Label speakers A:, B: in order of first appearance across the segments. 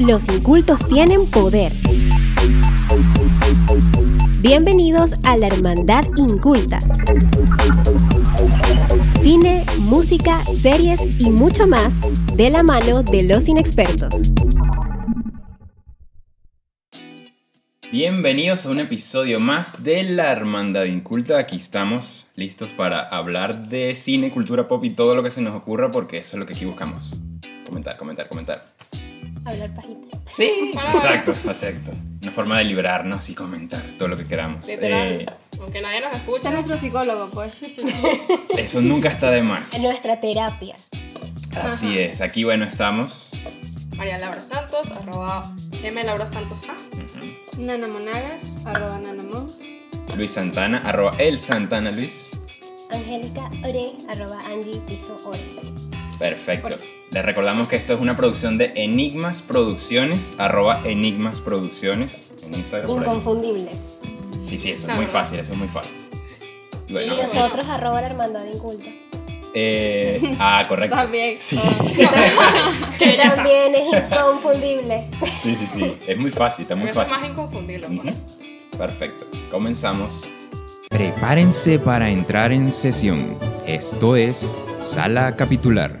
A: Los incultos tienen poder. Bienvenidos a la Hermandad Inculta. Cine, música, series y mucho más de la mano de los inexpertos.
B: Bienvenidos a un episodio más de La Hermandad Inculta. Aquí estamos listos para hablar de cine, cultura pop y todo lo que se nos ocurra porque eso es lo que aquí buscamos. Comentar, comentar, comentar.
C: Hablar pajita.
B: Sí, exacto, exacto. Una forma de liberarnos y comentar todo lo que queramos.
D: Literal.
B: Eh,
D: Aunque nadie nos
C: Este
D: escucha.
C: es nuestro psicólogo, pues.
B: eso nunca está de más.
C: Nuestra terapia.
B: Así es, aquí bueno estamos.
D: María Laura Santos, arroba M Laura Santos A.
B: Ujú.
C: Nanamonagas, arroba nanamons.
B: Luis Santana, arroba el Santana Luis.
A: Angélica Ore, arroba Angie Piso Ore.
B: Perfecto. Les recordamos que esto es una producción de Enigmas Producciones, arroba Enigmas Producciones en Instagram. por ahí.
A: Inconfundible.
B: Sí, sí, eso es
D: Ah,
B: muy
D: ¿verdad?
B: fácil, eso es muy fácil.
A: Y
B: Bueno, ahora sí.
A: nosotros, arroba la Hermandad Inculta.
B: Eh, ah, correcto.
C: También.
B: Sí.
A: También es inconfundible.
B: sí, sí, sí. Es muy fácil, está muy
D: Eso es
B: fácil.
D: más inconfundible. pues.
B: Ujú. Perfecto. Comenzamos. Prepárense para entrar en sesión. Esto es Sala Capitular.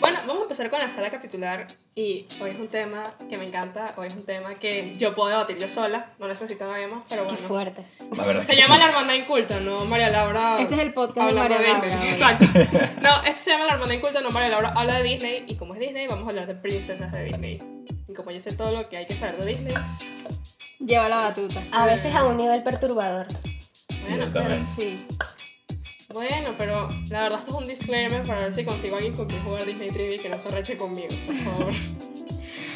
D: Bueno, vamos a empezar con la sala capitular. Y hoy es un tema que me encanta. Hoy es un tema que yo puedo debatir yo sola. No necesito a nadie más, pero
A: Qué
D: bueno.
A: fuerte.
B: La verdad es
D: Se
B: que
D: llama
B: sí.
D: La Hermandad Inculta, no María Laura.
C: Este es el podcast de
D: hablando
C: María Laura.
D: Disney.
C: ahora.
D: Exacto. No, esto se llama La Hermandad Inculta, no María Laura habla de Disney. Y como es Disney, vamos a hablar de princesas de Disney. Y como yo sé todo lo que hay que saber de Disney,
C: Lleva la batuta.
A: A veces a un nivel perturbador.
B: Sí, yo también.
C: Sí.
D: Bueno, pero la verdad esto es un disclaimer para ver si consigo a alguien con quien jugar Disney Trivia y que no se arreche conmigo, por favor.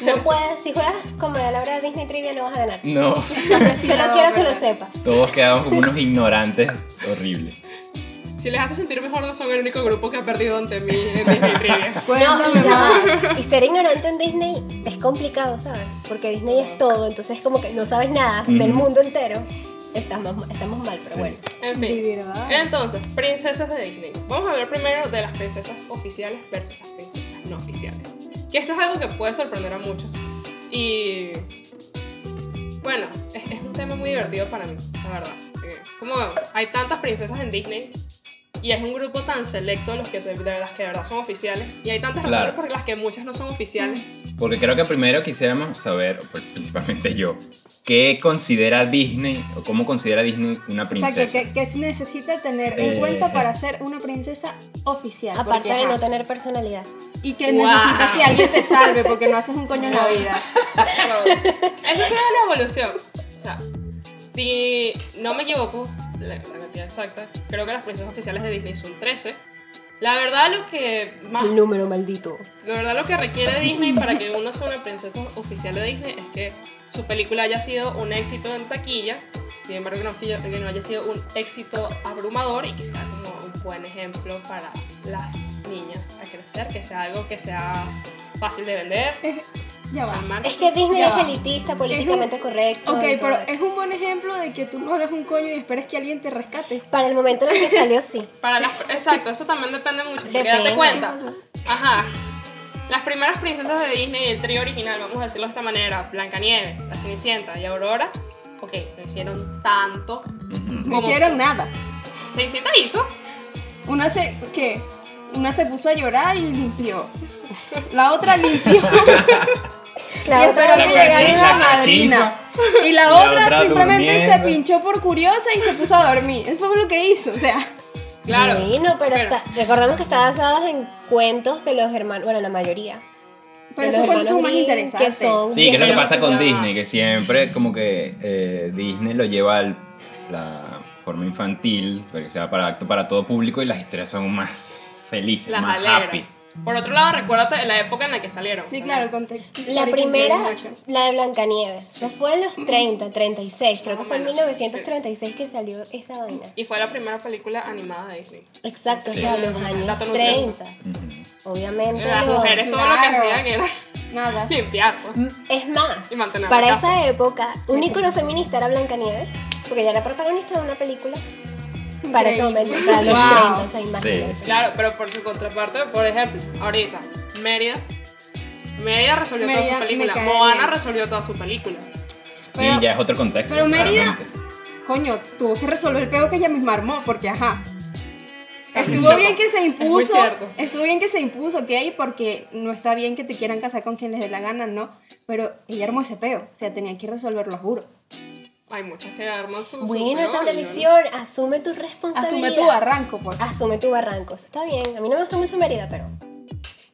D: Se
A: No
D: les-
A: puedes, si juegas como la Laura de Disney Trivia no vas a ganar.
B: No,
A: Solo quiero que lo sepas.
B: todos quedamos como unos ignorantes horribles.
D: Si les hace sentir mejor, no son el único grupo que ha perdido ante mí en Disney Trivia.
A: No,
C: Cuéntame
A: y,
C: más.
A: ya va. y ser ignorante en Disney es complicado, ¿sabes? Porque Disney es todo, entonces es como que no sabes nada del
B: Ujú.
A: mundo entero. Estamos, ma- estamos mal, pero
B: Sí.
A: bueno.
D: En fin.
C: Vivir, ¿verdad?
D: Entonces, princesas de Disney. Vamos a hablar primero de las princesas oficiales versus las princesas no oficiales. Que esto es algo que puede sorprender a muchos. Y. Bueno, es, es un tema muy divertido para mí, la verdad. Eh, Como hay tantas princesas en Disney y es un grupo tan selecto los que son- de las que de verdad son oficiales y hay tantas
B: Claro.
D: razones por las que muchas no son oficiales.
B: Porque creo que primero quisiéramos saber, pues, principalmente yo, qué considera Disney o cómo considera Disney una
C: O sea,
B: princesa.
C: que, que, que se necesita tener en
B: Eh,
C: cuenta
B: eh.
C: para ser una princesa oficial.
A: Aparte
C: porque,
A: de no
C: ajá,
A: tener personalidad.
C: Y que
D: Wow.
C: necesitas que alguien te salve porque no haces un coño en la vida.
D: Eso es una evolución. O sea, si no me equivoco, la, la cantidad exacta, creo que las princesas oficiales de Disney son 13. La verdad lo que más
A: El número maldito.
D: La verdad lo que requiere Disney para que uno sea una princesa oficial de Disney es que su película haya sido un éxito en taquilla, sin embargo que no, sido- que no haya sido un éxito abrumador y que sea como un buen ejemplo para las niñas a crecer, que sea algo que sea fácil de vender,
C: Ya va.
D: amar.
A: Es que Disney
C: Ya
A: es
C: va.
A: elitista, políticamente correcto.
C: Ok,
A: y todo
C: pero
A: eso.
C: es un buen ejemplo de que tú no hagas un coño y esperes que alguien te rescate.
A: Para el momento en el que salió, sí.
D: Para las, exacto, eso también depende mucho, porque
A: Depende.
D: date cuenta. Ajá. Las primeras princesas de Disney, el trío original, vamos a decirlo de esta manera, Blancanieves, la Cenicienta y Aurora, ok, no hicieron tanto.
B: Ujú.
C: No
D: ¿Cómo?
C: hicieron nada.
D: Cenicienta hizo,
C: Una se, ¿qué? Una se puso a llorar y limpió. La otra limpió y
A: Claro,
B: La
C: esperó que
B: cachi-
C: llegara
B: la
C: una madrina. Y la,
B: La
C: otra,
B: otra
C: simplemente se
B: durmiendo.
C: pinchó por curiosa y se puso a dormir. Eso fue lo que hizo, o sea.
D: claro.
A: Bueno, pero,
D: Pero-
A: está- recordamos que está basado en cuentos de los hermanos, bueno, la mayoría.
C: Pero
A: de los
C: esos cuentos son
A: hermanos
C: más
A: Grimm,
C: interesantes.
A: Que son
B: Sí, que es lo que
A: bien-
B: pasa con
D: Ya.
B: Disney, que siempre como que eh, Disney lo lleva a la forma infantil, para que sea para apto para todo público y las historias son más felices,
D: las
B: más happy.
D: alegra. Por otro lado, recuérdate la época en la que salieron.
C: Sí, claro, el contexto.
A: La
C: histórico
A: primera,
C: interesa mucho.
A: la de Blancanieves. Eso fue en los 30, 36. Creo que
D: Más o
A: fue en
D: menos.
A: 1936 que salió esa vaina.
D: Y fue la primera película animada de Disney.
A: Exacto,
B: Sí.
A: o sea, los años
D: Dato nutrioso.
A: 30.
B: Ujú.
A: Obviamente.
D: Las
A: los-
D: mujeres, todo lo que
C: claro.
D: hacían era
C: Nada.
D: limpiar. pues.
A: Es más,
D: Y mantener
A: para
D: la
A: esa época, un ícono feminista era Blancanieves, porque ella era protagonista de una película. Para ese
C: Increíble.
A: momento, para los
C: Wow.
A: 30, o sea, imagínate.
B: Sí.
D: Claro, pero por su contraparte, por ejemplo, ahorita, Mérida Mérida resolvió toda
C: Mérida
D: su
C: me
D: película.
C: cae
D: Moana
C: bien.
D: resolvió toda su película.
B: Sí,
C: Pero-
B: ya es otro contexto.
C: pero Mérida-
B: claramente.
C: Coño, tuvo que resolver el peo que ella misma armó, porque ajá.
D: También
C: Estuvo
D: cierto.
C: bien que se
D: muy
C: impuso.
D: cierto.
C: Estuvo bien que se impuso, ¿ok? Porque no está bien que te quieran casar con quien les dé la gana, ¿no? Pero ella armó ese peo. O sea, tenían que resolverlo, juro.
D: Hay muchas que arman su. su
A: Bueno, esa es
D: peor,
A: una
D: y yo-
A: lección. Asume tu responsabilidad.
C: Asume tu barranco, pues. por
A: Asume tu barranco. Eso está bien. A mí no me gusta mucho Mérida, pero.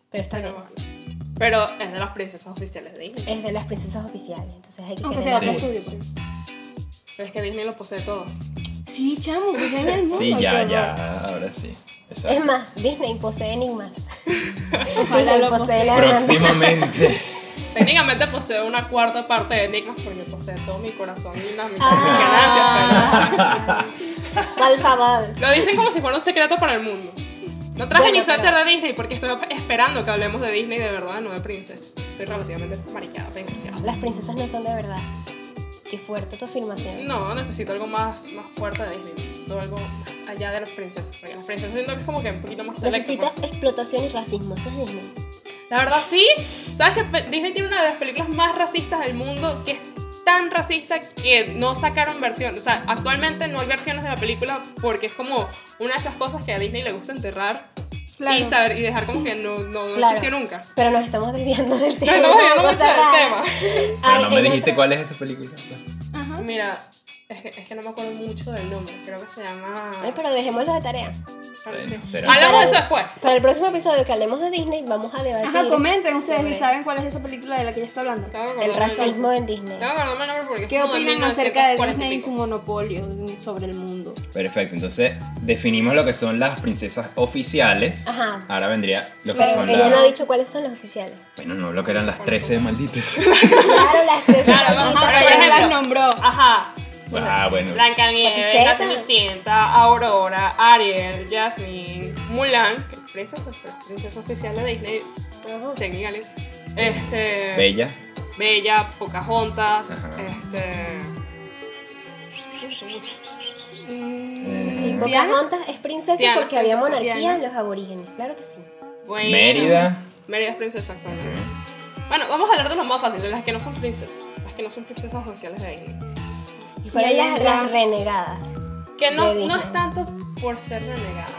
A: Pero está bien.
D: Pero, bueno. Pero es de las princesas oficiales de Disney.
A: Es de las princesas oficiales, entonces hay que
C: Aunque sea
A: quererla.
C: otro
B: Sí.
C: estudio. pues.
D: Pero es que Disney lo posee todo.
C: Sí, chamo, pues en el mundo.
B: Sí,
C: qué
B: ya,
C: horror.
B: ya, ahora sí. Exacto.
A: Es más, Disney posee enigmas.
C: Ojalá lo
A: Disney posee la
B: Próximamente.
D: Técnicamente posee una cuarta parte de enigmas porque posee todo mi corazón y las mis ganancias.
A: Ah, Mal favor.
D: pero- Lo dicen como si fuera un secreto para el mundo. No traje
A: Bueno,
D: ni suéter
A: pero-
D: de Disney porque estoy esperando que hablemos de Disney de verdad, no de princesas. Estoy relativamente mariqueada, princesiada.
A: Las princesas no son de verdad. Qué fuerte tu afirmación.
D: No, necesito algo más, más fuerte de Disney. Necesito algo más allá de las princesas. Porque las princesas siento que es como que un poquito más selecto.
A: Necesitas
C: pues.
A: explotación y racismo. Eso es Disney.
D: La verdad sí. ¿Sabes que pe- Disney tiene una de las películas más racistas del mundo que es tan racista que no sacaron versión, o sea, actualmente no hay versiones de la película porque es como una de esas cosas que a Disney le gusta enterrar
C: Claro.
D: y saber y dejar como que no, no
A: Claro.
D: existió nunca.
A: Pero nos estamos desviando del
D: O
A: tema.
D: sea, estamos viendo
A: cosa
D: mucho del
A: rara.
D: tema.
B: Pero
A: Ay,
B: no me
A: en
B: dijiste
A: otra-
B: cuál es esa película.
C: Ajá.
D: Mira, es que, es que no me acuerdo mucho del nombre, creo que se llama...
A: Ay, pero dejémoslo de tarea.
D: Bueno, sí.
B: será.
C: Ah,
D: Hablamos de eso
A: Para-
D: después.
A: Para el próximo episodio que hablemos de Disney, vamos a debatir.
C: Ajá, comenten ustedes si
A: sobre
C: saben cuál es esa película de la que yo estoy hablando.
D: Tengo que acordarme
A: El
D: el
A: racismo
D: nombre.
A: en Disney.
D: Tengo que acordarme el nombre porque es
C: ¿Qué
D: como de
C: opinan acerca de
D: 1940 y
C: Disney y
D: pico.
C: su monopolio sobre el mundo?
B: Perfecto, entonces definimos lo que son las princesas oficiales.
A: Ajá.
B: Ahora vendría lo que
A: Pero
B: son
A: ella
B: las.
A: no ha dicho cuáles son las oficiales.
B: Bueno, no, lo que eran las 13 malditas.
A: Claro, las tres.
D: Claro,
A: son
D: vamos a ver,
C: Ajá, pero
A: malditas, pero
D: por
C: ya las
D: ejemplo.
C: nombró.
D: Ajá.
B: ah, bueno.
D: Blanca
A: Porque
D: Nieves, La
A: sepan.
D: Cenicienta, Aurora, Ariel, Jasmine, Mulan, que es princesa, princesa oficial de Disney, Technically. Este.
B: Bella.
D: Bella, Pocahontas,
B: Ajá.
D: este.
B: eh,
A: Pocahontas es princesa
D: Diana,
A: porque había
D: princesa,
A: monarquía
C: Diana.
A: en los aborígenes, claro que sí.
D: Bueno,
B: Mérida.
D: Mérida es princesa actualmente. Bueno, vamos a hablar de las más fáciles, las que no son princesas, las que no son princesas oficiales de Disney.
A: Y fueron
C: ahí
A: las,
C: entra-
A: las renegadas.
D: Que no,
A: de
D: no
A: Disney.
D: es tanto por ser renegadas.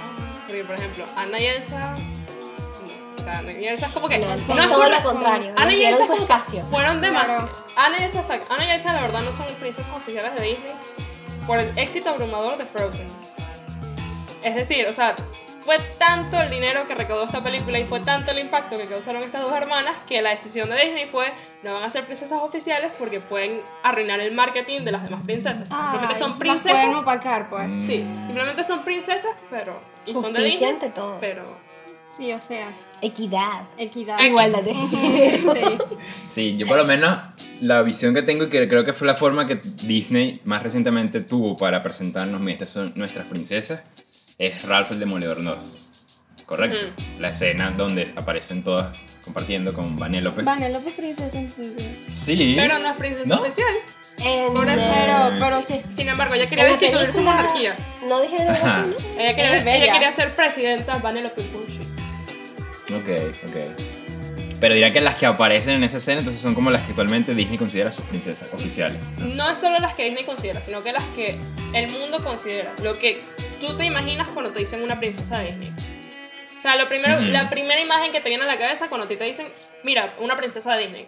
D: Porque, por ejemplo, Ana y Elsa. No, o sea, Ana y Elsa es como que.
A: No, son
D: no es
A: todo
D: por-
A: lo contrario.
D: Ana y
A: dieron
D: Elsa
A: su
D: como-
A: espacio.
D: Fueron demasiado.
C: Claro.
D: Ana, y Elsa, sac- Ana y Elsa, la verdad, no son princesas oficiales de Disney por el éxito abrumador de Frozen. Es decir, o sea, fue tanto el dinero que recaudó esta película y fue tanto el impacto que causaron estas dos hermanas que la decisión de Disney fue: no van a ser princesas oficiales porque pueden arruinar el marketing de las demás princesas. Simplemente
C: Ay,
D: son
C: las
D: princesas.
C: Pueden opacar, pues.
D: Sí, simplemente son princesas, pero. Y son de
A: Justicia
D: Disney.
A: ante todo.
D: Pero.
C: Sí, o sea,
A: Equidad.
C: equidad.
A: Igualdad de género.
C: Sí.
B: Sí, yo por lo menos la visión que tengo y que creo que fue la forma que Disney más recientemente tuvo para presentarnos mira, estas son nuestras princesas es Ralph el Demoledor Norris. Correcto.
D: Mm.
B: La escena donde aparecen todas compartiendo con Vanellope.
C: Vane López Princesa en princesa.
B: sí.
D: Pero no es princesa
B: ¿No?
D: oficial.
A: En- eh,
D: Por eso-
C: Pero, pero sí.
D: Sin embargo, ella
A: en
D: quería
A: la
D: destituir su
A: película,
D: monarquía.
A: No dijeron algo
B: Ajá.
A: así, ¿no?
D: Ella quería,
C: Es bella.
D: ella quería ser presidenta Vanellope Bullshits.
B: Ok, ok. Pero dirá que las que aparecen en esa escena entonces son como las que actualmente Disney considera sus princesas oficiales.
D: No es solo las que Disney considera, sino que las que el mundo considera. Lo que tú te imaginas cuando te dicen una princesa de Disney. O sea, lo primero,
B: Ujú.
D: la primera imagen que te viene a la cabeza cuando a ti te dicen, mira, una princesa de Disney.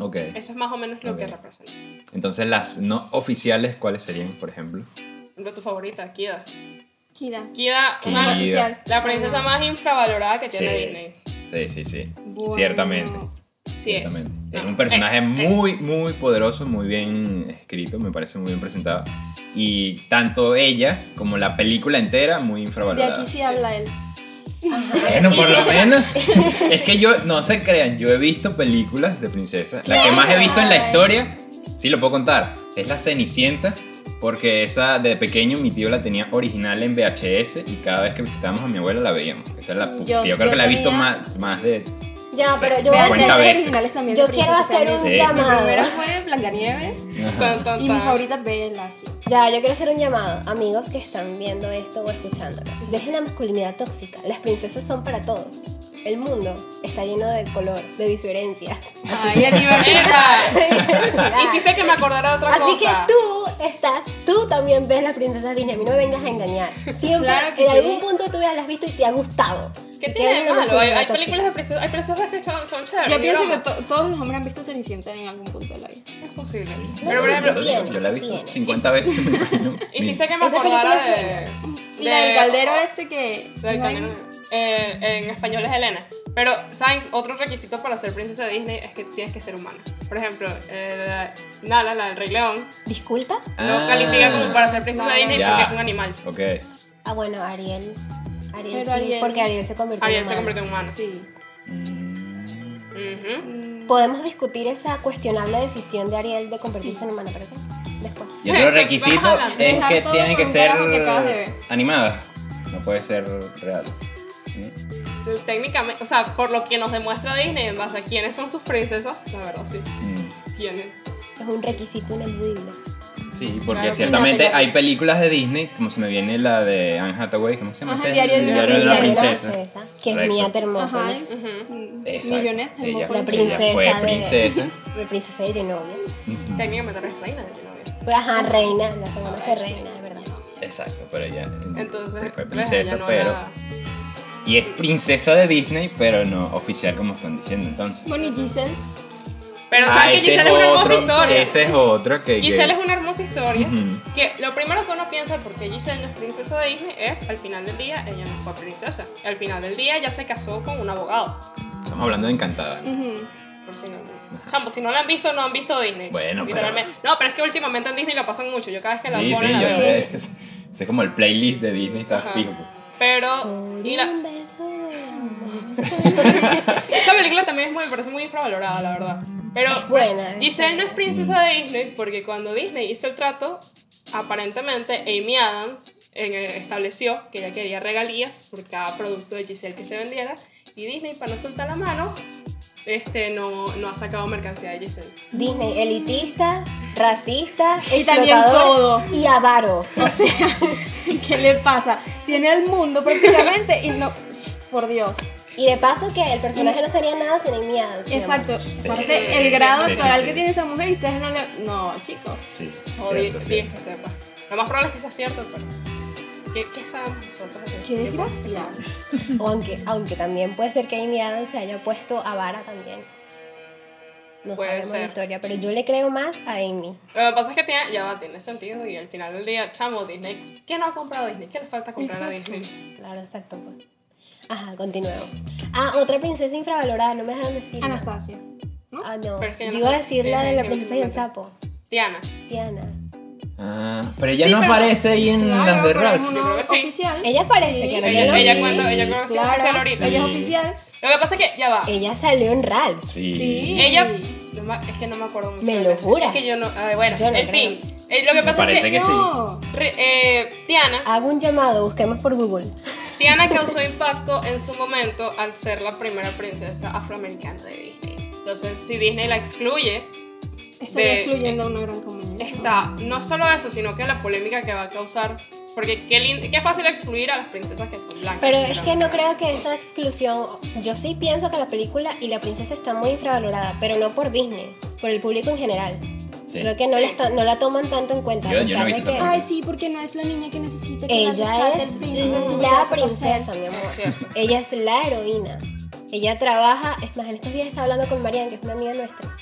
B: Ok.
D: Eso es más o menos lo
B: Ok.
D: que representa.
B: Entonces las no oficiales, ¿cuáles serían, por ejemplo?
D: Lo tu favorita, Kida.
C: Kida.
D: Kida,
B: Kida.
D: una,
C: Oficial.
D: la princesa más infravalorada que tiene
B: Sí.
D: Disney.
B: Sí, sí, sí.
C: Bueno.
B: Ciertamente.
D: Sí es.
B: Exactamente.
D: No,
B: un personaje
D: es, es.
B: muy, muy poderoso, muy bien escrito, me parece muy bien presentado. Y tanto ella como la película entera, muy
C: De
B: infravalorada.
C: aquí sí habla él.
B: Bueno, por lo menos. es que yo, no se crean, yo he visto películas de princesas. La que más he visto en la historia, sí lo puedo contar, es La Cenicienta. Porque esa de pequeño mi tío la tenía original en VHS y cada vez que visitábamos a mi abuela la veíamos. Esa es la pu-
C: Yo-
B: tío, creo
C: yo
B: que la he visto
C: tenía-
B: más, más de
A: Yo Ya,
B: Sí,
A: pero yo voy a
C: Vean
B: Cuenta
A: hacer-
C: las
B: veces.
C: originales también.
A: Yo
C: de
A: quiero
C: princesas
A: hacer un
C: también.
B: Sí.
C: Mi primera
A: llamado.
C: fue Blancanieves.
D: Tan, tan,
C: Y mi
D: tan.
C: favorita Bella, sí.
A: Ya, yo quiero hacer un llamado. Amigos que están viendo esto o escuchándolo. Dejen la masculinidad tóxica. Las princesas son para todos. El mundo está lleno de color, de diferencias.
C: Ay, aniversario.
D: Mierda.
A: de diversidad.
D: Hiciste que me acordara de otra
A: Así que
D: cosa.
A: tú estás, tú también ves las princesas Disney. A mí no me vengas a engañar. Siempre,
C: Claro que
A: en
C: sí.
A: algún punto tú ya las has visto y te ha gustado.
D: ¿Qué
A: Si
D: tiene
A: quieres
D: de
A: una
D: malo? Hay, hay
A: masculinidad
D: películas de princesas, hay princesas que son, son chéveres.
C: Yo pienso
D: broma.
C: que to- todos los hombres han visto Cenicienta en algún punto de la vida.
D: es posible.
A: No,
D: Pero por
A: no,
D: ejemplo,
A: no, no.
B: yo, yo la vi
A: tiene.
B: 50 veces. me imagino.
D: hiciste que me
A: Esa película
D: acordara
A: es
D: de.
C: Y
D: de-
C: la del caldero este que.
D: del
C: no hay-
D: caldero. Eh, en español es Elena. Pero, ¿saben? Otro requisito para ser princesa de Disney es que tienes que ser humana. Por ejemplo, eh, la- Nala, la del Rey León,
A: Disculpa.
B: Ah.
D: no califica como para ser princesa de
C: Nala.
D: Disney
B: Ya.
D: porque es un animal.
B: Ok.
A: Ah, bueno, Ariel. Ariel
C: Pero
A: sí,
C: Ariel-
A: porque Ariel se convirtió
D: Ariel
A: en
D: se
A: humano.
D: convirtió en humano.
C: Sí.
B: Mm.
D: Ujú.
A: Podemos discutir esa cuestionable decisión de Ariel de convertirse
C: Sí.
A: en humano, pero ¿qué? después.
B: Y otro
D: Vamos
B: requisito
D: hablando.
B: es
C: Dejar
B: que
C: todo
B: tiene
C: por
B: que
C: un
B: ser
C: carajo que acabas de ver.
B: animada. No puede ser real. Mm.
D: Técnicamente, o sea, por lo que nos demuestra Disney en base a quiénes son sus princesas, la verdad sí,
B: Mm.
D: tienen.
A: Es un requisito ineludible.
B: Sí, porque
D: Claro,
B: ciertamente
A: una película.
B: hay películas de Disney, como se me viene la de Anne Hathaway, ¿cómo se llama?
C: Ajá,
B: ese?
C: Diario de una
B: Diario de una
A: princesa.
B: princesa.
A: que es
B: Correcto.
A: Mia
C: Ajá.
A: Termópolis.
D: Ujú.
B: Exacto.
C: Millonette,
B: Ella,
C: tampoco.
A: La
B: fue- ella fue
A: princesa de-
B: princesa.
A: La princesa de Genovia.
B: Ujú.
D: Técnicamente no es reina de Genovia.
A: Pues, Ajá, reina. La segunda fue reina, de verdad.
B: Exacto, pero ella
D: Entonces,
B: fue
D: pues,
B: princesa,
D: ella no
B: pero...
D: era-
B: Y es princesa de Disney, pero no oficial como están diciendo entonces.
C: Bueno, y Giselle.
D: Pero
B: Ah,
D: sabes que Giselle es una hermosa historia.
B: ese es otro que... que-
D: Giselle es una hermosa historia.
B: Ujú.
D: Que lo primero que uno piensa porque Giselle no es princesa de Disney es al final del día ella no fue princesa. Al final del día ella se casó con un abogado.
B: Estamos hablando de Encantada. ¿no?
C: Ujú.
D: Por si no, Chamo, si no la han visto, no han visto Disney.
B: Bueno, pero-
D: Literalmente. No, pero es que últimamente en Disney la pasan mucho. Yo cada vez que la
B: Sí, sí,
D: ponen
B: yo
D: la veo.
B: sé. Ese es como el playlist de Disney, está
D: Ajá.
B: fijo. pues.
D: Pero. Y la,
A: Un beso de amor.
D: Esa película también es muy, me parece muy infravalorada, la verdad. Pero
A: Es buena, es
D: Giselle no
A: buena.
D: es princesa de Disney porque cuando Disney hizo el trato, aparentemente Amy Adams eh, estableció que ella quería regalías por cada producto de Giselle que se vendiera. Y Disney, para no soltar la mano, este, no, no ha sacado mercancía de Giselle.
A: Disney elitista, racista,
C: Y también
A: explotador
C: codo.
A: y avaro.
C: O sea, ¿qué le pasa? Tiene al mundo prácticamente y no. Por Dios.
A: Y de paso que el personaje no sería nada sin Amy Adams. mi amor.
C: Exacto.
B: Sí.
C: Aparte, el grado
B: Sí, sí,
C: actoral
B: sí.
C: que tiene esa mujer y ustedes no le. No, chicos.
B: Sí,
D: O
B: cierto,
D: di-
B: cierto.
D: Disney sepa. Lo más probable es que sea cierto, pero. ¿Qué, qué sabemos nosotros? de
C: Qué
D: Yo-
C: desgracia.
A: O aunque, aunque también puede ser que Amy Adams se haya puesto avara también. No
D: Puede
A: sabemos la
D: ser.
A: historia, pero yo le creo más a Amy.
D: Lo que pasa es que tiene, ya va, tiene sentido y al final del día, chamo, Disney. ¿Quién no ha comprado Disney? ¿Qué le falta comprar a
C: Exacto.
D: Disney?
A: Claro, exacto. pues. Ajá, continuemos. Ah, otra princesa infravalorada, no me dejaron decir.
C: Anastasia.
A: Ah, no.
D: Pero es que
A: Yo
D: no-
A: iba a decir la de
D: eh,
A: la
D: eh,
A: princesa y el
D: últimamente.
A: sapo.
D: Diana.
A: Tiana.
B: Ah, pero ella
D: Sí,
B: no
D: pero-
B: aparece ahí en
C: Claro,
B: las de
C: pero es
B: Ralph.
C: una
D: Yo creo que sí.
C: oficial.
A: Ella parece que
D: Ella-
A: no
D: ella cuenta- ella creo que sí es oficial ahorita.
C: Ella es
B: Sí.
C: oficial.
D: Lo que pasa es que, ya va.
A: Ella salió en RAL.
B: Sí.
C: Sí.
D: Ella. no me- es que no me acuerdo mucho.
A: Me
D: de
A: lo
D: la escena.
A: jura.
D: Es que yo no. ay, bueno,
A: Yo no
D: en
A: creo.
D: fin. Eh, lo que pasa es
B: Parece
D: que.
B: que sí.
C: No.
D: re- eh, Tiana,
A: Hago un llamado, busquemos por Google.
D: Tiana causó impacto en su momento al ser la primera princesa afroamericana de Disney. Entonces, si Disney la excluye,
C: Estaría
D: De-
C: excluyendo a una gran comunidad.
D: está no solo eso, sino que la polémica que va a causar. Porque qué, lind- qué fácil excluir a las princesas que son blancas.
A: Pero es que no
D: literalmente.
A: creo que esa exclusión. Yo sí pienso que la película y la princesa está muy infravalorada, pero no por Disney, por el público en general.
B: Sí.
A: Creo que no,
D: Sí.
A: la está- no la toman tanto en cuenta.
B: Yo- yo
A: a
B: no
A: pesar
B: he
A: de
B: visto
A: que
B: esa
C: Ay, sí, porque no es la niña que necesita que la
A: ella
C: rescate el
A: es
C: príncipe, si
A: la
C: vas a torcer.
A: princesa, mi amor.
D: Cierto.
A: Ella es la heroína. Ella trabaja. Es más, en estos días estaba hablando con Marianne, que es una amiga nuestra.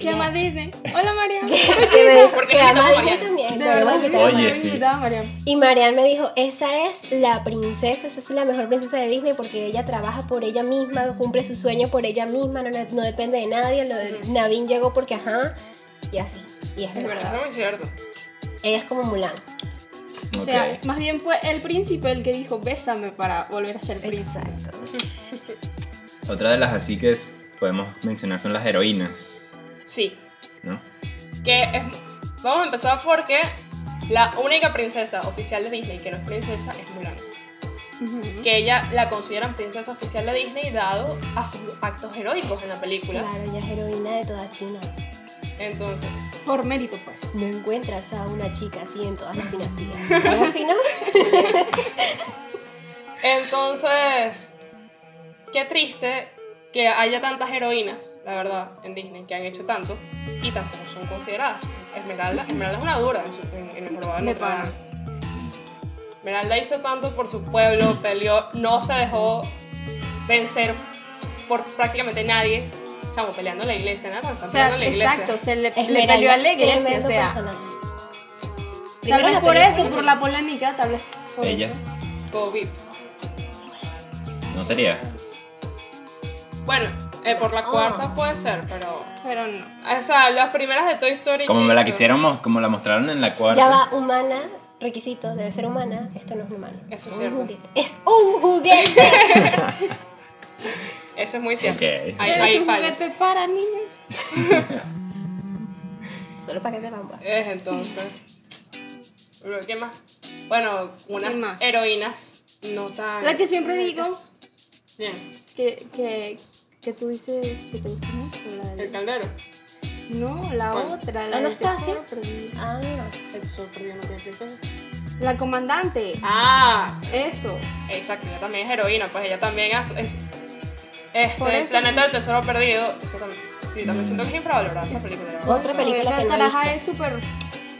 C: Que ama Disney. Hola, María.
A: Que me dijo
D: Porque
A: que
D: invitamos
A: ama
D: a
A: a Disney
D: Marianne.
A: también.
C: De
A: lo hemos
C: verdad,
A: invitado a
B: Oye,
A: Marianne.
B: sí.
C: María.
A: Y Marianne me dijo, esa es la princesa, esa es la mejor princesa de Disney porque ella trabaja por ella misma, cumple su sueño por ella misma, no, no depende de nadie, lo de Naveen llegó porque ajá, y así. Y es
D: Es verdad,
A: verdad.
D: es muy cierto.
A: Ella es como Mulan.
C: O
B: Ok.
C: sea, más bien fue el príncipe el que dijo, bésame para volver a ser príncipe.
A: Exacto.
B: Otra de las así que es- podemos mencionar son las heroínas,
D: Sí.
B: ¿no?
D: que es- vamos a empezar porque la única princesa oficial de Disney que no es princesa es Mulan. que ella la consideran princesa oficial de Disney dado a sus actos heroicos en la película.
A: Claro, ella es heroína de toda China.
D: Entonces,
C: Por mérito, pues.
A: No encuentras a una chica así en todas las dinastías. ¿Algo así, no?
D: entonces, qué triste que haya tantas heroínas, la verdad, en Disney, que han hecho tanto y tampoco son consideradas. Esmeralda, Esmeralda es una dura en, su- en- en el jorobado de
C: De
D: Notre Dame.
C: panas.
D: Esmeralda hizo tanto por su pueblo, peleó, no se dejó vencer por prácticamente nadie. Chamo, peleando en la iglesia, nada,
C: O
D: Están
C: sea,
D: peleando en la iglesia.
C: exacto, se le, le
A: Esmeralda,
C: peleó a la iglesia, o
A: tremendo
C: sea.
A: personaje.
C: Tal
A: Primero
C: vez
A: la
C: por
A: pelea
C: eso,
A: con
C: por la polémica, tal vez por
B: Ella.
C: eso.
D: COVID.
B: No sería.
D: Bueno, eh, por la cuarta puede ser, pero.
C: Ah. Pero no.
D: O sea, las primeras de Toy Story.
B: Como
D: que
B: me la
D: hizo-
B: quisieron, mos- como la mostraron en la cuarta.
A: Ya va, humana, requisitos, debe ser humana. Esto no es humano.
D: Eso es
A: Un
D: cierto.
A: juguete. Es un juguete.
D: Eso es muy cierto.
B: Ok.
D: Ahí,
C: Pero
D: ahí
C: es un
D: falla.
C: juguete para niños.
A: Solo para que pues. te vamos.
D: Es entonces. Pero, ¿Qué más? Bueno, unas
C: ¿Qué más?
D: heroínas no tan.
C: La que siempre digo
D: Bien,
C: que, que, que tú dices que te gusta mucho. La
D: el
C: de...
D: caldero.
C: No, la
D: ¿Cuál?
C: otra, la del
A: Anastasia.
C: tesoro perdido.
A: Ah,
D: El sol perdido no tiene princesa.
C: La comandante.
D: Ah,
C: Eso.
D: exacto, ella también es heroína, pues ella también es. es-
C: Por
D: este,
C: eso-
D: Planeta del Tesoro Perdido. Eso también. Sí, también siento que es infravalorada esa película. la verdad.
A: otra película
C: esa
A: que no he
C: caraja
A: visto.
C: es súper.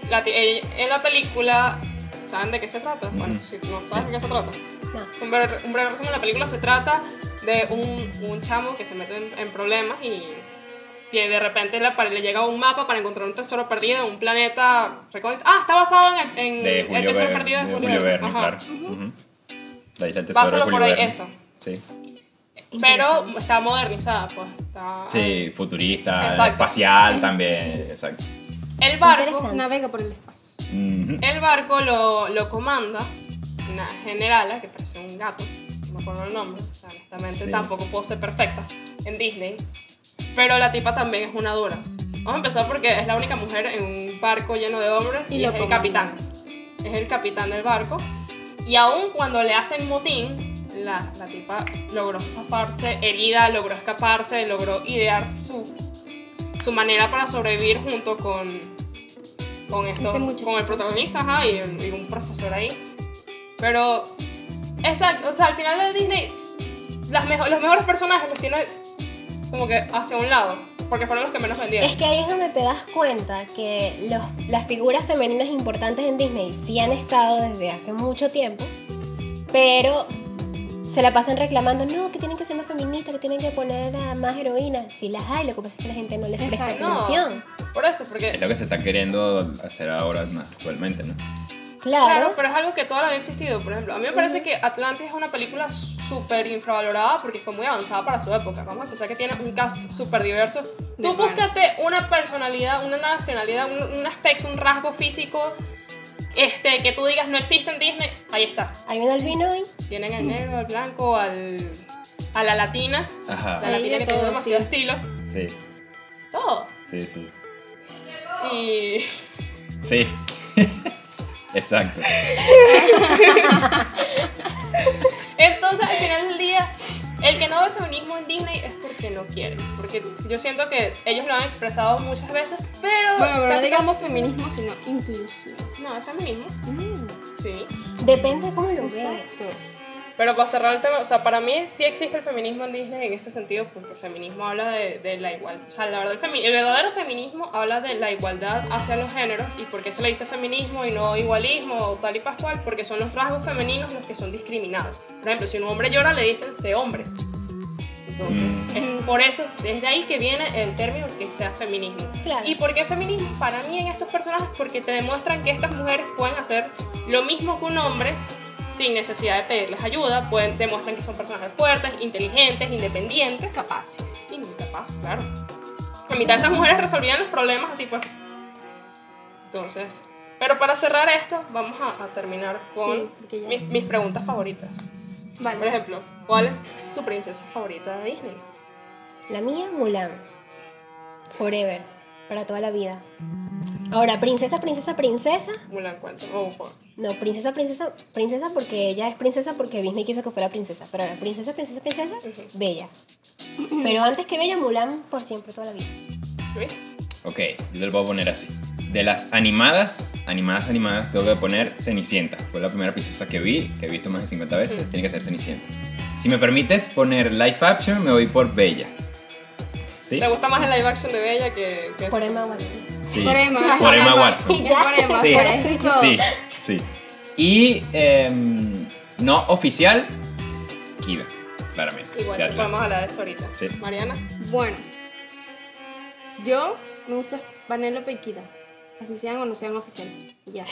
D: La ti- eh, en la película, ¿saben de qué se trata? Bueno, si no sabes de qué se trata.
A: No.
D: Es Un breve, un breve resumen, la película se trata de un, un chamo que se mete en, en problemas y que de repente le, apare- le llega un mapa para encontrar un tesoro perdido en un planeta recóndito. Ah, está basado en, el- en
B: De
D: el
B: Julio,
D: tesoro
B: Verne,
D: perdido de,
B: de
D: Julio,
B: Julio Verne,
D: Verne. Ajá.
B: claro. Ujú. La isla del tesoro de
D: Básalo
B: Julio
D: por ahí,
B: Verne.
D: eso.
B: Sí.
D: Pero está modernizada, pues. Está...
B: Sí, futurista,
D: Exacto.
B: espacial también. Exacto.
D: El barco,
A: Interesante.
C: Navega por el espacio.
B: Ujú.
D: el barco lo, lo comanda una generala que parece un gato, no me acuerdo el nombre, o sea, honestamente
B: Sí.
D: tampoco puedo ser perfecta en Disney, pero la tipa también es una dura. Vamos a empezar porque es la única mujer en un barco lleno de hombres
C: Y
D: y,
C: lo
D: es el
C: comanda.
D: capitán. Es el capitán del barco y aun cuando le hacen motín, la, la tipa logró zafarse herida, logró escaparse, logró idear su, su manera para sobrevivir junto con, con, esto,
C: Este muchacho.
D: con el protagonista ajá, y, y un profesor ahí. Pero, exacto, o sea, al final de Disney, las mejo- los mejores personajes los tiene como que hacia un lado, porque fueron los que menos vendieron.
A: Es que ahí es donde te das cuenta que los- las figuras femeninas importantes en Disney sí han estado desde hace mucho tiempo, pero se la pasan reclamando, no, que tienen que ser más feministas, que tienen que poner a más heroínas. Sí las hay, lo que pasa es que la gente no les presta
C: Exacto.
D: No,
A: atención.
D: por eso, porque
B: Es lo que se está queriendo hacer ahora más actualmente, ¿no?
A: Claro,
D: Claro, pero es algo que toda la vida ha existido. Por ejemplo, a mí me parece que Atlantis es una película súper infravalorada porque fue muy avanzada para su época. Vamos a empezar que tiene un cast súper diverso. Tú
C: acuerdo.
D: búscate una personalidad, una nacionalidad, un, un aspecto, un rasgo físico este, que tú digas no existe en Disney. Ahí está.
A: hay un albino hoy.
D: Tienen
C: Mm.
D: al negro, al blanco, al, a la latina. La
B: Ajá.
C: Ahí de
D: latina que tiene
C: todo,
D: demasiado
C: sí.
D: estilo.
B: Sí,
D: Todo.
B: sí, sí.
D: Y.
B: Sí. Exacto.
D: Entonces, al final del día, el que no ve feminismo en Disney es porque no quiere. Porque yo siento que ellos lo han expresado muchas veces, pero.
C: Bueno, pero no
D: casi
C: digamos
D: casi-
C: feminismo, sino inclusión.
D: No, es feminismo.
C: Mm.
D: Sí.
A: Depende de cómo lo veas.
C: Exacto.
D: Pero para cerrar el tema, o sea, para mí sí existe el feminismo en Disney en ese sentido, porque el feminismo habla de, de la igualdad. O sea, la verdad, el, femi- el verdadero feminismo habla de la igualdad hacia los géneros y por qué se le dice feminismo y no igualismo o tal y pascual, porque son los rasgos femeninos los que son discriminados. Por ejemplo, si un hombre llora, le dicen sé hombre. Entonces,
B: Mm.
D: es por eso, desde ahí que viene el término que sea feminismo.
A: Claro.
D: ¿Y por qué feminismo? Para mí en estos personajes, porque te demuestran que estas mujeres pueden hacer lo mismo que un hombre sin necesidad de pedirles ayuda, pueden, demuestran que son personajes fuertes, inteligentes, independientes.
C: Capaces.
D: Y muy capaces, claro. La mitad de estas mujeres resolvían los problemas así pues. Entonces, pero para cerrar esto, vamos a, a terminar con
C: Sí, porque ya-
D: mis, mis preguntas favoritas. Por
C: Vale.
D: ejemplo, ¿cuál es su princesa favorita de Disney?
A: La mía, Mulan. Forever. Para toda la vida. Ahora, princesa, princesa, princesa.
D: Mulan cuánto. Oh, por.
A: No, princesa, princesa, princesa porque ella es princesa porque Disney quiso que fuera princesa. Pero ahora, princesa, princesa, princesa,
D: Ujú.
A: Bella. Pero antes que Bella, Mulan por siempre, toda la vida.
D: ¿Ves?
B: Ok, yo lo voy a poner así. De las animadas, animadas, animadas, tengo que poner Cenicienta. Fue la primera princesa que vi, que he visto más de 50 veces.
D: Mm.
B: Tiene que ser Cenicienta. Si me permites poner live action, me voy por Bella. ¿Sí?
D: ¿Te gusta más el live action de Bella que, este. que
A: Por
D: ese?
A: Emma Watson.
B: Sí.
C: Por Emma.
B: Por Emma
C: Y
B: Watson.
C: ya, por Emma,
B: Sí.
C: por eso y todo.
B: Sí, sí. Y em, no oficial, Kida, claramente.
D: Igual,
B: de
D: que
B: Atlanta.
D: podemos hablar de eso ahorita.
B: Sí.
D: Mariana.
C: Bueno, yo me gusta Vanellope y Kida. Así sean o no sean oficiales. Y ya.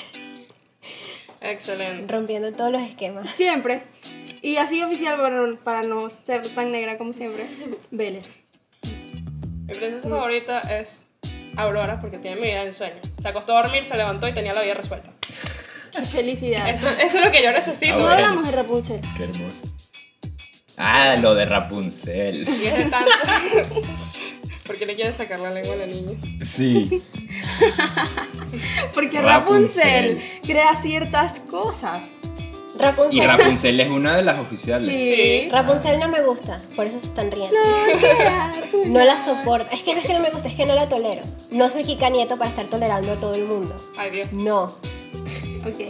D: Excelente.
A: Rompiendo todos los esquemas.
C: Siempre. Y así oficial para, para no ser tan negra como siempre. Vélez.
D: Mi princesa favorita es Aurora porque tiene mi vida en sueño. Se acostó a dormir, se levantó y tenía la vida resuelta.
A: Ah.
C: Felicidades.
D: Esto- eso es lo que yo necesito.
C: No
B: Ahora.
C: hablamos de Rapunzel.
B: Qué hermoso. Ah, lo de Rapunzel.
D: Y es de tanto. porque le quieres sacar la lengua a la niña.
B: Sí.
C: Porque
B: Rapunzel.
C: Rapunzel, crea ciertas cosas.
B: Y
A: Rapunzel.
B: Rapunzel es una de las oficiales.
D: Sí.
A: Rapunzel no me gusta, por eso se están riendo.
C: No, crea-
A: No la soporto. Es que no es que no me gusta, es que no la tolero. No soy Kika Nieto para estar tolerando a todo el mundo.
D: Ay, Dios.
A: No.
C: Ok.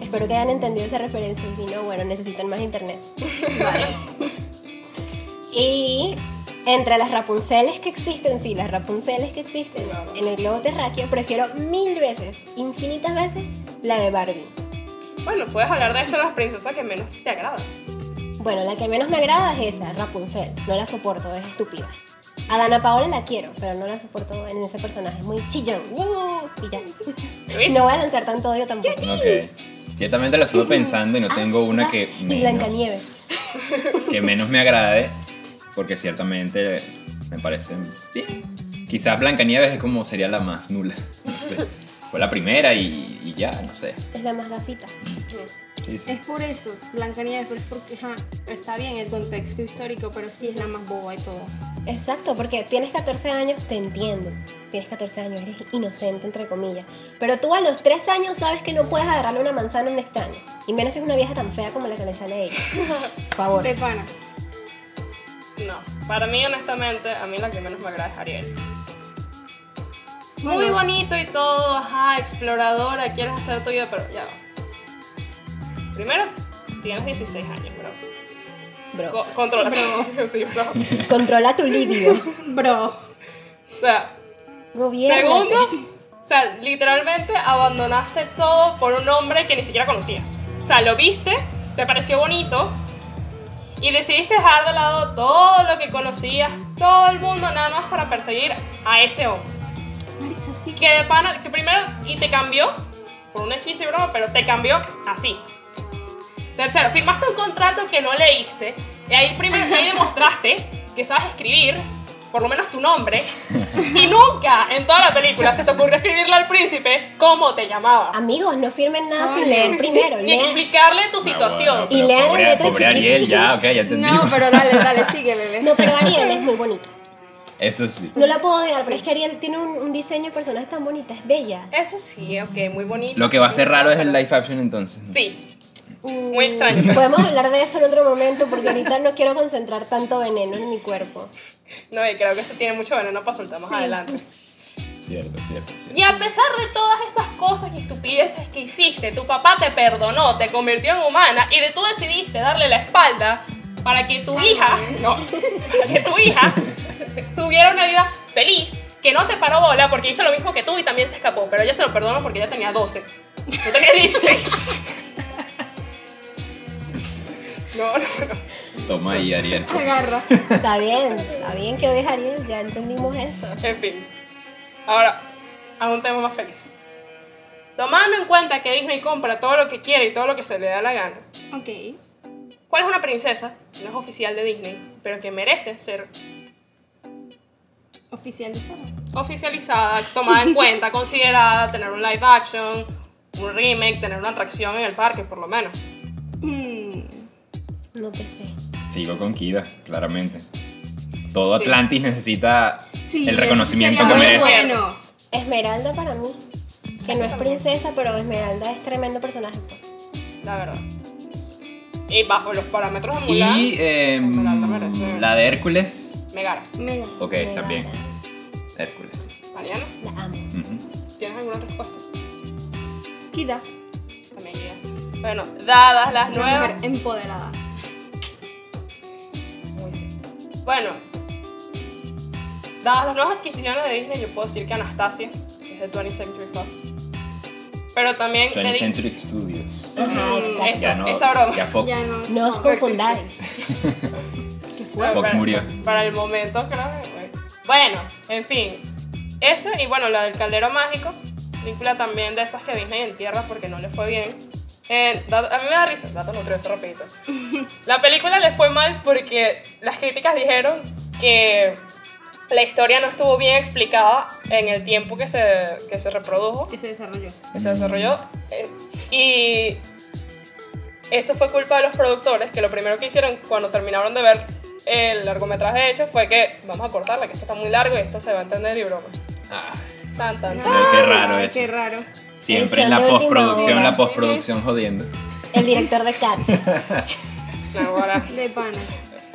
A: Espero que hayan entendido esa referencia. Y si no, bueno, necesitan más internet. Y entre las Rapunceles que existen, sí, las Rapunceles que existen
D: Claro.
A: en el globo terráqueo, prefiero mil veces, infinitas veces, la de Barbie.
D: Bueno, puedes hablar de esto de las princesas que menos te agradan.
A: Bueno, la que menos me agrada es esa, Rapunzel. No la soporto, es estúpida. A Dana Paola la quiero, pero no la soporto en ese personaje. Es muy chillón. Y ya.
D: ¿Ves?
A: No voy a lanzar tanto odio tampoco.
B: Ok. Ciertamente lo estuve pensando y no tengo una que
A: Ah, Y
B: menos,
A: Blancanieves.
B: que menos me agrade, porque ciertamente me parecen bien. Quizás Blancanieves es como sería la más nula. No sé. Fue la primera y, y ya, no sé.
A: Es la más gafita.
B: Sí, sí. Ah,
C: Es por eso, Blancanieves, pero es porque, ajá, está bien el contexto histórico, pero sí es la más boba y todo.
A: Exacto, porque tienes 14 años, te entiendo. Tienes 14 años, eres inocente, entre comillas. Pero tú a los 3 años sabes que no puedes agarrarle una manzana a un extraño. Y menos si es una vieja tan fea como la que le sale a ella. Por favor.
C: De pana.
D: No, sé. para mí, honestamente, a mí la que menos me agrada es Ariel. Muy
C: Bueno,
D: bonito y todo, ajá, exploradora, quieres hacer tu vida, pero ya va. Primero, tienes 16 años, bro.
A: Bro.
D: Co controla. sí, bro. O
A: Controla tu libido.
C: Bro.
D: sea,
A: Gobierno.
D: segundo, o sea, literalmente abandonaste todo por un hombre que ni siquiera conocías. O sea, lo viste, te pareció bonito y decidiste dejar de lado todo lo que conocías, todo el mundo, nada más para perseguir a ese hombre.
C: Maritza, sí que.
D: que de pana, que primero, y te cambió, por un hechizo y broma, pero te cambió así. Tercero, firmaste un contrato que no leíste, y ahí primero y ahí demostraste que sabes escribir, por lo menos tu nombre, y nunca en toda la película se te ocurrió escribirle al príncipe cómo te llamabas.
A: Amigos, Ah, no firmen nada sin
C: Ay.
A: leer primero.
D: Ni
A: lean.
D: explicarle tu
B: Ah,
D: situación.
B: bueno, pero
A: Y lean
B: pobre,
A: la letra
B: pobre Ariel,
A: chiquitita.
B: ya, ok, ya entendí.
C: No, pero dale, dale, sigue, bebé.
A: No, pero Ariel es muy bonita.
B: Eso sí.
A: No la puedo odiar, pero es que Ariel tiene un, un diseño de personaje tan bonita. Es bella.
D: Eso sí, ok, muy bonito.
B: Lo que va a ser raro es el live action entonces.
D: Sí,
C: Uh,
D: muy extraño.
A: Podemos hablar de eso en otro momento porque ahorita no quiero concentrar tanto veneno en mi cuerpo.
D: No, y creo que eso tiene mucho veneno para soltar más
C: Sí.
D: adelante.
B: Cierto, cierto, cierto.
D: Y a pesar de todas estas cosas y estupideces que hiciste, tu papá te perdonó, te convirtió en humana y de tú decidiste darle la espalda para que tu hija, no, para que tu hija tuviera una vida feliz, que no te paró bola porque hizo lo mismo que tú y también se escapó, pero ella se lo perdonó porque ella tenía 12. Yo tenía 16. No, no, no.
B: Toma ahí, Ariel.
C: Agarra.
A: Está bien, está bien que odies a Ariel, ya entendimos eso.
D: En fin. Ahora, a un tema más feliz. Tomando en cuenta que Disney compra todo lo que quiere y todo lo que se le da la gana,
C: Ok.
D: ¿Cuál es una princesa? No es oficial de Disney, pero que merece ser
C: Oficializado.
D: oficializada, tomada en cuenta, considerada, tener un live action, un remake, tener una atracción en el parque, por lo menos.
C: Mm,
A: No te sé.
B: Sigo con Kida, claramente. Todo
D: Sí.
B: Atlantis necesita
C: Sí,
B: el
C: eso sí
B: reconocimiento
C: sería
B: que
C: muy
B: merece.
C: bueno.
A: Esmeralda para mí. que no es
D: también.
A: princesa, pero Esmeralda es tremendo personaje. pues.
D: La verdad. Y bajo los parámetros de Mulan,
B: Y eh,
D: Esmeralda merece.
B: la de Hércules.
D: Megara.
C: Mega.
B: Ok,
A: Esmeralda,
B: también. Hércules.
D: Mariana,
A: La amo.
B: Ujú.
D: ¿tienes alguna respuesta?
C: Kida.
D: También ya. Bueno, dadas las
C: Una
D: nueve.
C: mujer empoderada.
D: Muy cierto. Bueno, dadas las nuevas adquisiciones de Disney, yo puedo decir que Anastasia es de 20th Century Fox. Pero también.
B: 20th
D: Eddie-
B: Century Studios.
A: Ajá,
D: Mm,
A: exacto.
B: Ya
D: Esa,
B: no-
D: esa broma.
B: Ya Fox.
C: Ya no.
A: No os
C: son-
A: confundáis.
D: Bueno,
B: Fox
D: para-
B: murió.
D: Para el momento, creo. que, bueno. Bueno, en fin. Esa y bueno, la del caldero mágico. Película también de esas que Disney entierra porque no le fue bien. Eh, da- a mí me da risa, dato nutrioso, rapidito. La película le fue mal porque las críticas dijeron que la historia no estuvo bien explicada en el tiempo que se, que se reprodujo
C: Que se desarrolló.
D: que se desarrolló. eh,
C: Mm.
D: y eso fue culpa de los productores, que lo primero que hicieron cuando terminaron de ver el largometraje hecho fue que vamos a cortarla, que esto está muy largo y esto se va a entender y broma.
B: Ah,
D: Tan, tan, tan.
B: Pero qué raro eso.
C: Ay, Ah, Qué raro.
B: siempre en
A: Edición
B: la
A: de última
B: postproducción,
A: hora.
B: la postproducción jodiendo.
A: El director de Cats.
D: Naguará.
C: De pana.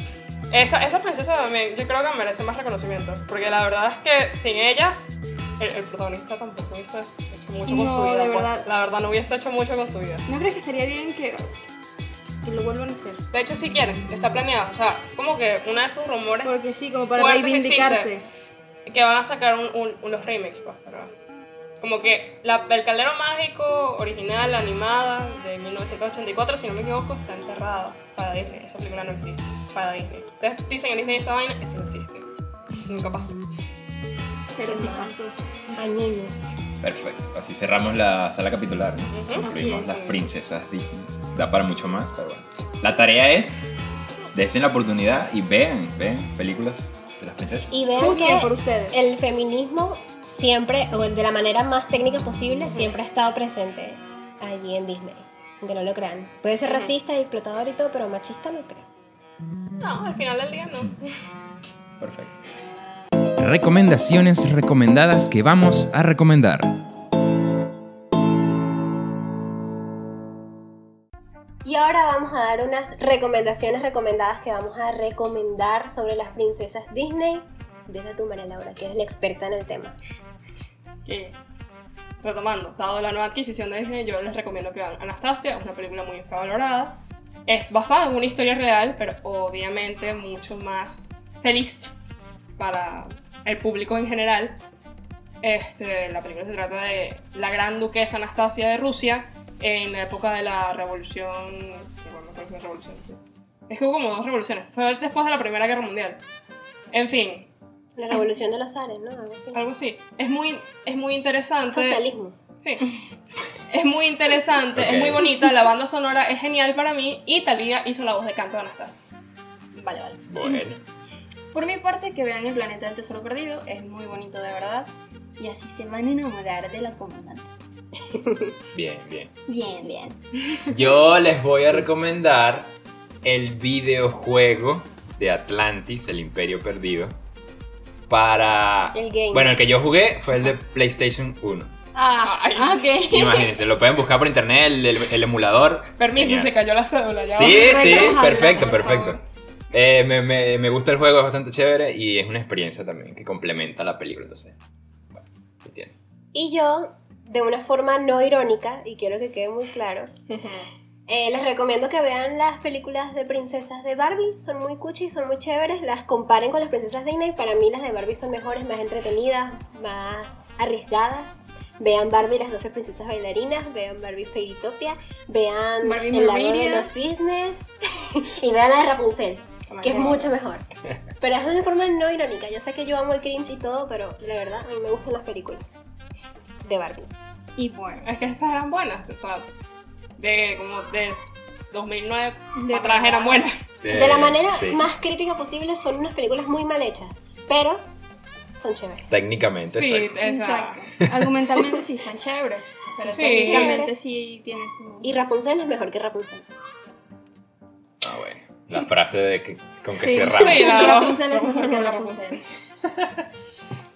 D: Esa, esa princesa también, yo creo que merece más reconocimiento, porque la verdad es que sin ella, el, el protagonista tampoco hubiese hecho mucho con
C: No,
D: su vida.
C: de
D: pues.
C: verdad.
D: La verdad no hubiese hecho mucho con su vida.
C: ¿No crees que estaría bien que, que lo vuelvan a hacer?
D: De hecho, si quieren, está planeado. O sea, es como que uno de sus rumores
C: Porque sí, como para
D: Fuerte que
C: reivindicarse.
D: que van a sacar un- un- unos remakes, pues, pero- Como que la, el Caldero Mágico original, la animada, de 1984, si no me equivoco, está enterrada para Disney. Esa película no existe para Disney. Ustedes dicen en Disney esa vaina, eso no existe. Nunca pasó.
C: Pero sí pasó.
A: Ay, niño.
B: Perfecto. Así cerramos la sala capitular. ¿no? Concluimos
C: Así es.
B: las princesas Disney. Da para mucho más, pero bueno. La tarea es, desen la oportunidad y vean, vean películas de las princesas.
A: Y vean
C: Busquen
A: que
C: por ustedes.
A: el feminismo siempre, o de la manera más técnica posible, siempre ha estado presente allí en Disney. Aunque no lo crean. Puede ser
D: Ujú.
A: racista, explotador y todo, pero machista no creo.
D: No, al final del día no.
B: Perfecto. Recomendaciones recomendadas que vamos a recomendar.
A: Y ahora vamos a dar unas recomendaciones recomendadas que vamos a recomendar sobre las princesas Disney. Empieza tú, María Laura, que eres la experta en el tema.
D: que, retomando, dado la nueva adquisición de Disney, yo les recomiendo que vean Anastasia, es una película muy infravalorada. Es basada en una historia real, pero obviamente mucho más feliz para el público en general. Este, la película se trata de la gran duquesa Anastasia de Rusia en la época de la revolución. Bueno, no creo que sea revolución. Es que hubo como dos revoluciones. Fue después de la Primera Guerra Mundial. En fin,
A: La revolución de los ares, ¿no? Algo así.
D: algo así. Es muy, es muy interesante.
A: Socialismo.
D: Sí. Es muy interesante,
B: Ok.
D: es muy bonita, la banda sonora es genial para mí y Talía hizo la voz de canto de Anastasia. Vale, vale.
B: Bueno.
D: Por mi parte, que vean El Planeta del Tesoro Perdido, es muy bonito de verdad.
E: Y así se van a enamorar de la comandante.
B: Bien, bien.
E: Bien, bien.
B: Yo les voy a recomendar el videojuego de Atlantis, el Imperio Perdido, para...
A: El game.
B: Bueno, el que yo jugué fue el de PlayStation 1.
C: Ah,
D: Ay.
C: ah, ok.
B: Imagínense, lo pueden buscar por internet, el, el- el emulador.
D: Permiso,
B: Genial.
D: se cayó la cédula. Ya
B: Sí,
C: vamos.
B: sí,
C: Regresa,
B: perfecto,
C: por
B: perfecto.
C: favor.
B: Eh, me, me- me gusta el juego, es bastante chévere y es una experiencia también que complementa la película, entonces. Bueno, ¿qué tiene?
A: Y yo, de una forma no irónica, y quiero que quede muy claro, eh, les recomiendo que vean las películas de princesas de Barbie. Son muy cuchis, son muy chéveres. Las comparen con las princesas de Disney. Para mí las de Barbie son mejores, más entretenidas, más arriesgadas. Vean Barbie y las 12 princesas bailarinas, vean Barbie Fairytopia, vean
C: Barbie
A: El lago de
C: Mermaidia.
A: los cisnes y vean la de Rapunzel,
D: Toma,
A: que es
D: toma.
A: mucho mejor. Pero es de una forma no irónica. Yo sé que yo amo el cringe y todo, pero la verdad a mí me gustan las películas de Barbie.
C: Y bueno.
D: Es que esas eran buenas, o sea, de como de 2009
C: De
D: para atrás eran buenas.
A: De la
B: Eh,
A: manera
B: sí,
A: más crítica posible son unas películas muy mal hechas, pero son chéveres.
B: Técnicamente,
D: Sí,
B: exacto.
D: exacto.
C: Exacto. Argumentalmente sí están chéveres. Pero
D: Sí.
C: técnicamente sí tiene su.
A: Y Rapunzel es mejor que Rapunzel.
B: Ah, bueno. La frase de que, con que
C: Sí.
B: cerramos.
D: Sí, la-
C: Rapunzel es
D: Vamos a
C: mejor que
D: ver
C: Rapunzel.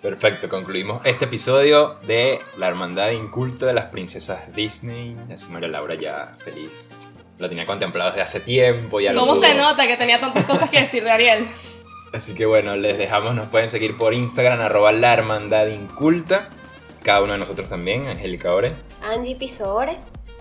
B: Perfecto, concluimos este episodio de La Hermandad Inculta de las Princesas Disney. La señora Laura ya feliz. Lo tenía contemplado desde hace tiempo. Ya lo
D: ¿Cómo
B: pudo.
D: se nota que tenía tantas cosas que decir de Ariel?
B: Así que bueno, les dejamos, nos pueden seguir por Instagram, arroba la hermandad inculta. Cada uno de nosotros también, Angélica Ore,
F: Angie Pisore.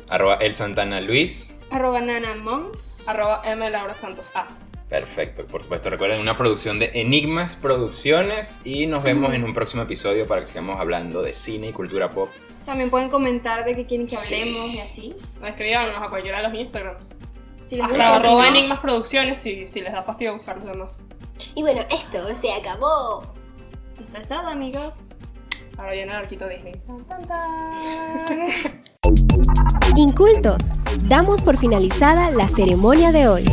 B: arroba el Santana Luis.
C: Arroba Nana Mons.
D: Arroba M Laura Santos A.
B: Perfecto, por supuesto, recuerden una producción de Enigmas Producciones y nos vemos en un próximo episodio para que sigamos hablando de cine y cultura pop.
C: También pueden comentar de qué quieren que
B: Sí.
C: hablemos y así.
D: Escríbanos a cualquiera de los Instagrams.
C: Si
D: Hasta
C: les gusta,
B: claro,
D: arroba
C: si no,
D: Enigmas Producciones y si les da fastidio buscar los demás.
F: Y bueno, esto se acabó.
C: Esto es todo, amigos.
D: Ahora viene el arquito Disney. Tan, tan, tan.
F: Incultos, damos por finalizada la ceremonia de hoy.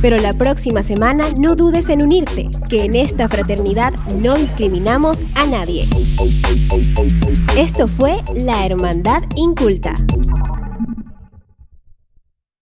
F: Pero la próxima semana no dudes en unirte, que en esta fraternidad no discriminamos a nadie. Esto fue La Hermandad Inculta.